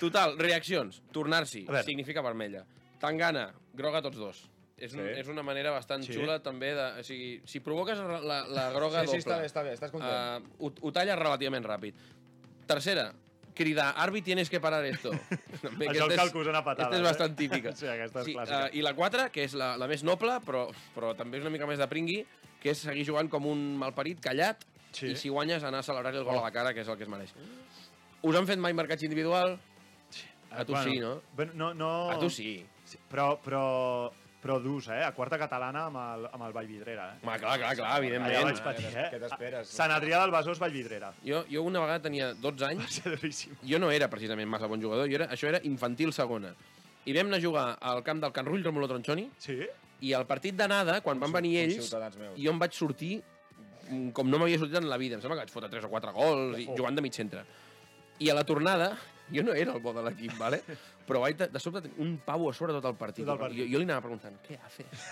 F: Total, reaccions. Tornar-s'hi
E: A veure.
F: significa vermella. Tangana, groga tots dos. És, un,
H: Sí.
F: és una manera bastant
H: Sí.
F: xula també de... O sigui, si provoques la, la, la groga
H: Sí, sí,
F: doble...
H: està bé, està bé, estàs content.
F: eh, ho, ho talles relativament ràpid. Tercera, cridar, Arbi, tienes que parar esto. També,
E: Això
F: aquesta
E: el
F: és-
E: calco és una patada,
F: Aquesta és
E: eh?
F: bastant típica.
E: Sí, aquesta és clàssica.
F: eh, I la quatre, que és la, la més noble, però, però també és una mica més de pringui, que és seguir jugant com un malparit, callat,
E: Sí. Oh.
F: i si guanyes anar a celebrar-li el gol a la cara, que és el que es mereix. Us han fet mai marcatge individual? A tu sí, no?
E: Bueno, no, no...
F: A tu sí.
E: Però, però, però durs, eh? A quarta catalana amb el, amb el Vallvidrera, eh?
F: Home, clar, clar, clar, evidentment.
E: Allà vaig patir, eh?
F: Què t'esperes?
E: Sant Adrià del Besòs, Vallvidrera.
F: Jo, jo una vegada tenia 12 anys. Jo no era precisament massa bon jugador, jo era, això era infantil segona. I vam anar a jugar al camp del Can Rull Romolo Tronchoni.
E: Sí.
F: I al partit d'anada, quan van venir ells,
H: conciutadans meus.
F: jo em vaig sortir mm, com no m'havia sortit en la vida. Em sembla que vaig fotre 3 o 4 gols i
H: Ojo.
F: jugant de mig centre. I a la tornada, jo no era el bo de l'equip, vale? però vaig de, de sobte tenir un pau a sobre tot el partit.
E: Tot el partit.
F: Jo, jo li anava preguntant, què haces?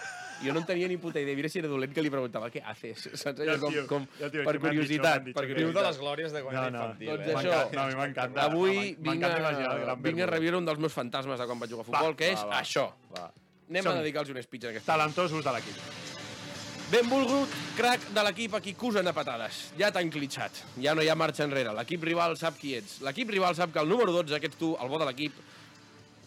F: Jo no en tenia ni puta idea, mira si era dolent que li preguntava què haces, saps? Allò com,
H: tio,
F: com,
H: ja, tio,
F: per
H: que m'han
F: curiositat.
H: dit,
F: Per
H: m'han dit.
F: curiositat.
H: Viu de les glòries de quan era infantil,
F: Doncs
H: eh?
F: això,
H: M'encanta, a mi m'encanta.
F: avui
H: M'encanta
F: vinc a,
H: imaginar el gran
F: vinc a
H: Bermúdez.
F: reviure un dels meus fantasmes de quan vaig jugar a futbol, que és
E: va, va.
F: això.
H: Va.
F: Anem a
E: Som-hi.
F: dedicar-los un speech a aquesta.
E: Talentosos de l'equip.
F: Benvolgut crac de l'equip a qui cusen a patades. Ja t'han clitxat. Ja no hi ha marxa enrere. L'equip rival sap qui ets. L'equip rival sap que el número 12, que ets tu, el bo de l'equip,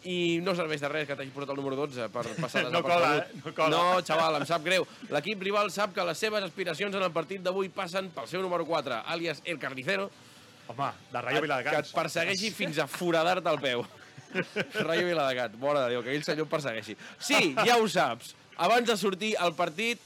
F: i no serveix de res que t'hagi portat el número 12 per passar
E: No cola, eh?
F: desapercebut.
E: No cola.
F: No, xaval, em sap greu. L'equip rival sap que les seves aspiracions en el partit d'avui passen pel seu número 4, alias El Carnicero,
E: Home, de Rayo Viladecans.
F: que et persegueixi fins a foradar-te el peu. Rayo Viladegat, mora de Déu, que aquell senyor et persegueixi. Sí, ja ho saps. Abans de sortir al partit,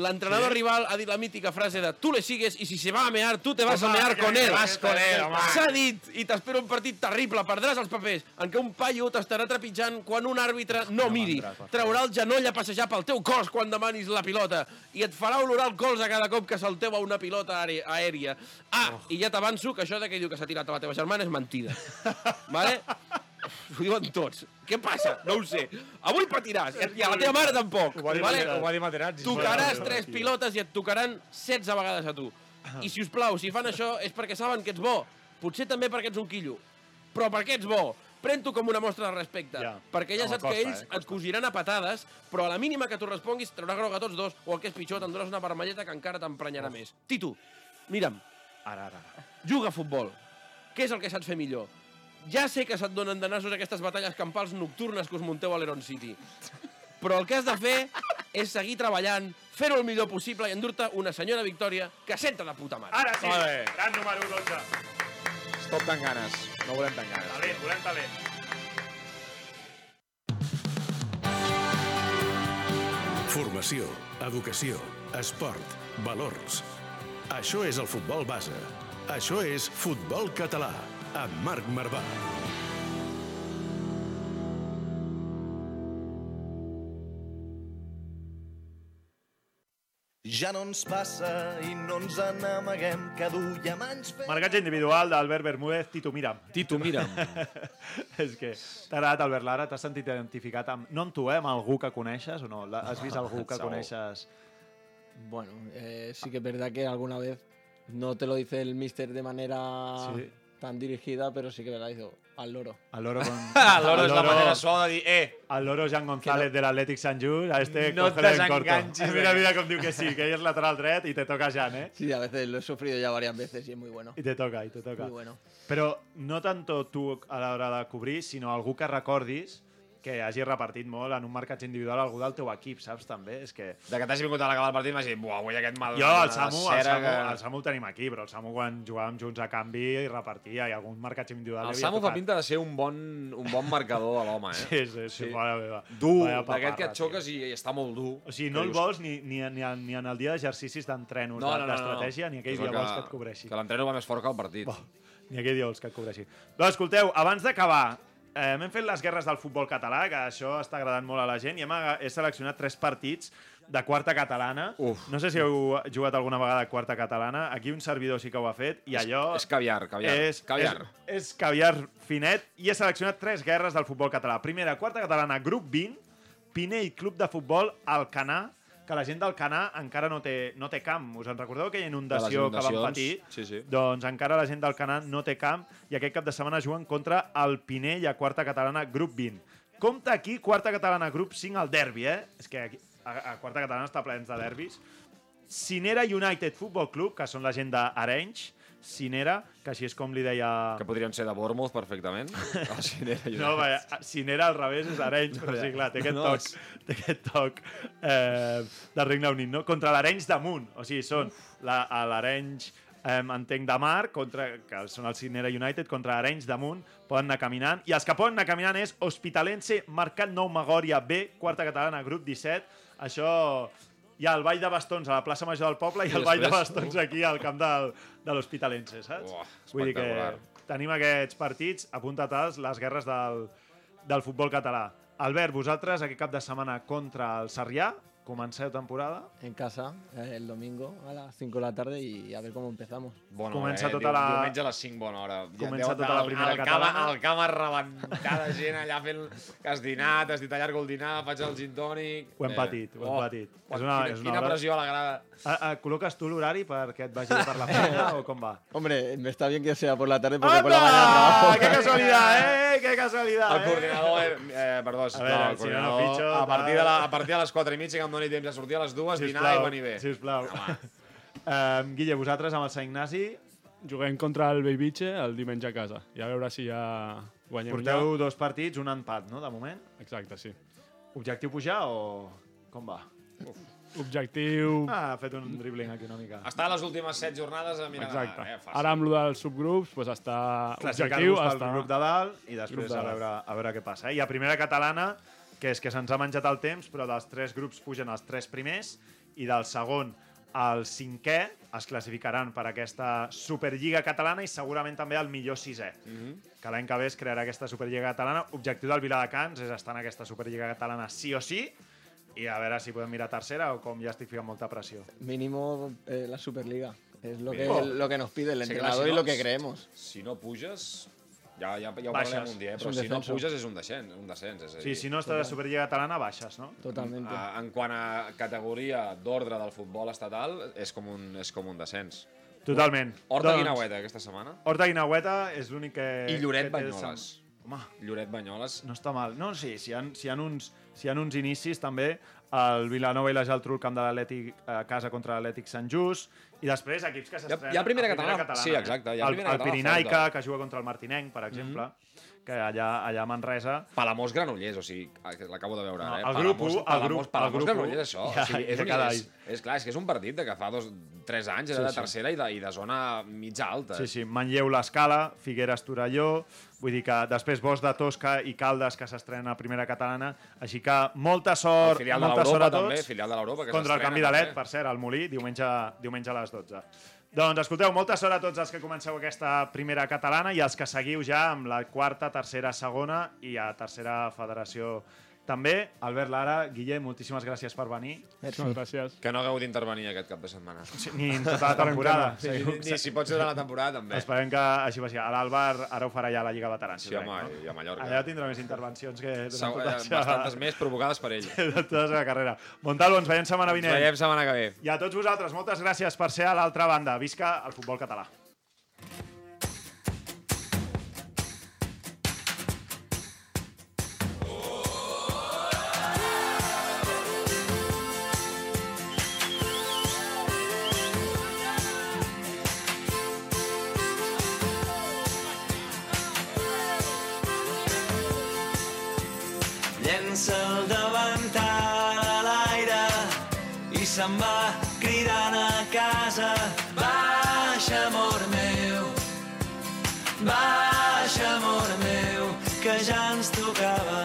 F: l'entrenador
H: Sí.
F: rival ha dit la mítica frase de tu le sigues i si se va a mear, tu te vas
H: Home,
F: a mear
H: que
F: con
H: te
F: él.
H: vas con él, home.
F: S'ha dit i t'espera un partit terrible, perdràs els papers, en què un paio t'estarà trepitjant quan un àrbitre no, miri, traurà el genoll a passejar pel teu cos quan demanis la pilota i et farà olorar el cols a cada cop que salteu a una pilota aè- aèria. Ah,
H: Oh.
F: i ja t'avanço que això de que diu que s'ha tirat a la teva germana és mentida. vale? Ho diuen tots. Què passa? No ho sé. Avui patiràs, i a la teva mare tampoc.
H: Ho va dir
F: vale?
H: Materazzi. Ho va dir Materazzi.
F: Tocaràs
H: Bueno,
F: tres
H: tio.
F: pilotes i et tocaran 16 vegades a tu.
E: Ah.
F: I si us plau, si fan això és perquè saben que ets bo. Potser també perquè ets un quillo. Però perquè ets bo. Pren-t'ho com una mostra de respecte.
E: Ja.
F: Perquè ja
E: Home,
F: saps que
E: costa,
F: ells
E: eh?
F: et cosiran a patades, però a la mínima que tu responguis traurà groga a tots dos, o el que és pitjor, te'n dones una vermelleta que encara t'emprenyarà més. Titu, mira'm.
E: Ara, ara, ara.
F: Juga a futbol. Què és el que saps fer millor? Ja sé que se't donen de nassos aquestes batalles campals nocturnes que us munteu a l'Heron City. Però el que has de fer és seguir treballant, fer-ho el millor possible i endur-te una senyora victòria que senta de puta mare.
E: Ara sí,
H: Vale.
E: gran número 12.
H: Stop tant ganes. No volem tant ganes.
E: Talent, volem talent.
B: Formació, educació, esport, valors. Això és el futbol base. Això és Futbol Català, amb Marc Marvà.
L: Ja no ens passa i no ens n'amaguem que duiem anys fent...
E: Marcatge individual d'Albert Bermúdez, Tito Miram.
M: Tito Miram.
E: és que t'ha agradat, Albert, Lara, t'has sentit identificat amb... No amb tu, eh, amb algú que coneixes o no? La- Has vist algú que
G: Segur.
E: coneixes?
G: Bueno, eh, sí que es verdad que alguna vez no te lo dice el mister de manera
E: Sí.
G: tan dirigida, pero sí que verdad, digo, al loro.
E: Al loro con...
G: Al loro
F: és la manera suau de dir, eh...
E: Al loro Jan González de l'Atlètic Sant Just, a este
F: No et
E: cógelo en corto.
F: desenganxis eh.
E: Mira,
F: de-
E: mira com diu que sí, que ell és lateral dret i te toca Jan, eh?
G: Sí, a veces lo he sufrido ya varias veces y es muy bueno.
E: I te toca, i te toca.
G: Muy bueno.
E: Però no tanto tu a l'hora de cobrir, sinó algú que recordis que hagi repartit molt en un marcatge individual algú del teu equip, saps, també? És que...
F: De que t'hagi vingut a l'acabar el partit m'has dit, buah, avui aquest mal...
E: Jo, el Samu, el
F: cera
E: Samu,
F: que-"
E: el Samu el tenim aquí, però el Samu quan jugàvem junts a canvi i repartia i algun marcatge individual li
F: El
E: havia
F: Samu fa
E: tocat.
F: pinta de ser un bon, un bon marcador de l'home, eh?
E: Sí, sí, sí, mare meva.
F: Dur,
E: Vaya paparra,
F: d'aquest que et xoques i, i està molt dur.
E: O sigui, no el vols ni, ni, ni, en- ni en el dia d'exercicis d'entreno, d'estratègia, ni aquell
F: És el
E: dia vols que et cobreixi.
F: Que l'entreno va més fort que el partit.
E: Ni aquell dia vols que et cobreixi. Doncs escolteu, abans d'acabar, eh, hem fet les guerres del futbol català, que això està agradant molt a la gent, i hem, aga- he seleccionat tres partits de quarta catalana. Uf. No sé si heu jugat alguna vegada a quarta catalana. Aquí un servidor sí que ho ha fet, i allò...
F: És caviar, caviar.
E: És,
F: caviar.
E: És, és caviar finet i he seleccionat tres guerres del futbol català. Primera, quarta catalana, grup 20, Pinell Club de Futbol Alcanar, que la gent d'Alcanar encara no té, no té camp. Us en recordeu aquella inundació que van patir?
F: Sí, sí.
E: Doncs encara la gent del Canà no té camp i aquest cap de setmana juguen contra el Pinell a quarta catalana, grup 20. Compte aquí, quarta catalana, grup 5, al derbi, eh? És que aquí, a, a quarta catalana està plens de derbis. Cinera United Football Club, que són la gent d'Arenys, Cinera, que així és com li deia...
F: Que podrien ser de Bournemouth perfectament. El Sinera i
E: No, vaja, Cinera al revés és Arenys, però sí, clar, té aquest
F: No,
E: toc, té aquest toc eh, del Regne Unit, no? Contra l'Arenys damunt, o sigui, són la- a l'Arenys, eh, entenc, de mar, contra, que són el Cinera United, contra l'Arenys damunt, poden anar caminant, i els que poden anar caminant és Hospitalense, Mercat Nou Magòria B, quarta catalana, grup 17, això... Hi ha el Vall de Bastons a la plaça Major del Poble i,
F: I
E: el Vall de
F: després-
E: Bastons aquí al camp del, de l'Hospitalense, saps? Vull dir que
F: espectacular.
E: tenim aquests partits apuntats a les guerres del, del futbol català. Albert, vosaltres aquest cap de setmana contra el Sarrià, comenceu temporada.
G: En casa, eh, el domingo a las 5 de la tarde y a ver cómo empezamos.
F: Bona
E: Comença
F: hora, eh?
E: tota
F: Diu-
E: la-
F: Diumenge a les 5, bona hora. Ja
E: Comença
F: deu-
E: tota la
F: el-
E: primera
F: el
E: catalana.
F: Camp, el camp arrebentat de gent allà fent... Que has dinat, has dit allargo el dinar, faig el gin tònic... Eh, oh,
E: Ho hem patit, ho hem patit. És
F: quina,
E: una- és una
F: quina
E: hora-
F: pressió a la grada.
E: A, a, Eh, col·loques tu l'horari perquè et vagi bé per la feina o com va?
G: Hombre, me está bien que sea por la tarde porque por la
E: ¡Anda!
G: mañana trabajo.
E: ¡Qué casualidad, eh! ¡Qué casualidad!
F: El coordinador, eh, eh perdó, sisplau,
E: veure,
F: el
E: si no, no
F: coordinador,
E: pitjo,
F: a, partir de la,
E: tal.
F: a partir de les 4 i mitja que em doni temps de sortir a les 2, dinar i
E: Sisplau,
F: venir bé.
E: Sisplau. Um, Guille, vosaltres amb el Sant Ignasi
H: Juguem contra el Bellvitge el diumenge a casa. I a veure si ja guanyem
E: porteu
H: ja.
E: dos partits, un empat, no?, de moment.
H: Exacte, sí.
E: Objectiu pujar o com va?
H: Objectiu...
E: Ah, ha fet un dribbling aquí una mica.
F: Està a les últimes 7 jornades a mirar
H: Exacte.
F: Eh, fàcil.
H: Ara amb lo dels subgrups, doncs està...
E: classificar-nos pel
H: està-
E: grup de dalt i
H: Grup
E: després
H: de
E: a
H: dalt.
E: veure, a veure què passa. Eh? I a primera catalana, que és que se'ns ha menjat el temps, però dels tres grups pugen els tres primers i del segon al cinquè es classificaran per aquesta Superliga catalana i segurament també el millor sisè. Que l'any que ve es crearà aquesta Superliga catalana. Objectiu del Viladecans és estar en aquesta Superliga catalana sí o sí i a veure si podem mirar tercera o com ja estic ficant molta pressió.
G: Mínimo eh, la Superliga. Es lo que,
F: Mínimo.
G: lo que nos pide el
F: Sí, clar,
G: entrenador
F: si
G: y
F: no-
G: lo que creemos.
F: Si no puges, ja, ja, ja ho
G: Baixes.
F: parlarem un dia, eh?
G: És
F: però
G: un
F: si no
G: descenso.
F: puges és un descens. Un descens és a
E: Sí,
F: dir,
E: si no estàs a Superliga catalana, baixes, no?
G: Totalment.
F: Ah, en quant a categoria d'ordre del futbol estatal, és com un, és com un descens.
E: Totalment.
F: Horta
E: Doncs-
F: doncs... Guinaueta, aquesta setmana.
E: Horta Guinaueta és l'únic que...
F: I Lloret
E: que té
F: Banyoles.
E: Sant- Home.
F: Lloret Banyoles.
E: No està mal. No, sí, si hi ha, si hi ha, uns, si hi ha uns inicis també, el Vilanova i la Geltrú, el camp de l'Atlètic, a casa contra l'Atlètic Sant Just, i després equips que s'estrenen.
F: hi ha primera
E: a eh?
F: catalana. Sí, exacte, hi ha
E: el,
F: primera
E: el
F: catalana Mhm.
E: Pirinaica,
F: forta.
E: que juga contra el Martinenc, per exemple, que allà, allà a Manresa...
F: Palamós Granollers, o sigui, l'acabo de veure,
E: No,
F: eh?
E: el grup
F: Palamós-
E: u, el
F: Palamós-
E: grup- el
F: Palamós
E: grup u.
F: Granollers, això.
E: Ja,
F: o sigui, és,
E: ja
F: un,
E: cada
F: és, és, clar, és que és un partit de que fa dos, tres anys era
E: Sí,
F: de
E: sí.
F: tercera i de, i de zona mitja alta. eh,
E: Sí, sí, Manlleu l'Escala, Figueres Torelló, vull dir que després Bos de Tosca i Caldes que s'estrena a primera catalana, així que molta
F: El
E: sort,
F: filial de
E: molta sort
F: l'Europa
E: a tots.
F: també, filial de l'Europa. que
E: contra el
F: s'estrena,
E: canvi de LED,
F: també.
E: per cert, al Molí, diumenge, diumenge a les 12. Doncs escolteu, molta sort a tots els que comenceu aquesta primera catalana i els que seguiu ja amb la quarta, tercera, segona i a tercera federació També, Albert Lara, Guillem, moltíssimes gràcies per venir.
H: Moltíssimes gràcies.
I: Que no hagueu d'intervenir aquest cap de setmana.
E: Sí, ni en tota la temporada.
I: Sí, ni, ni, si pot ser de la temporada, també.
E: Esperem que així vagi. A l'Àlvar ara ho farà ja a la Lliga Veterans.
I: Sí, home, i a Mallorca.
E: Allà tindrà més intervencions que... durant
I: Segu-
E: tota la
I: eh,
E: seva-
I: Bastantes més provocades per ell.
E: de tota la seva carrera. Montalvo, ens veiem setmana
I: Ens
E: vinent.
I: veiem setmana que ve.
E: I a tots vosaltres, moltes gràcies per ser a l'altra banda. Visca el futbol català.
N: Llença el davantal a l'aire i se'n va cridant a casa. Baixa, amor meu, baixa, amor meu, que ja ens tocava.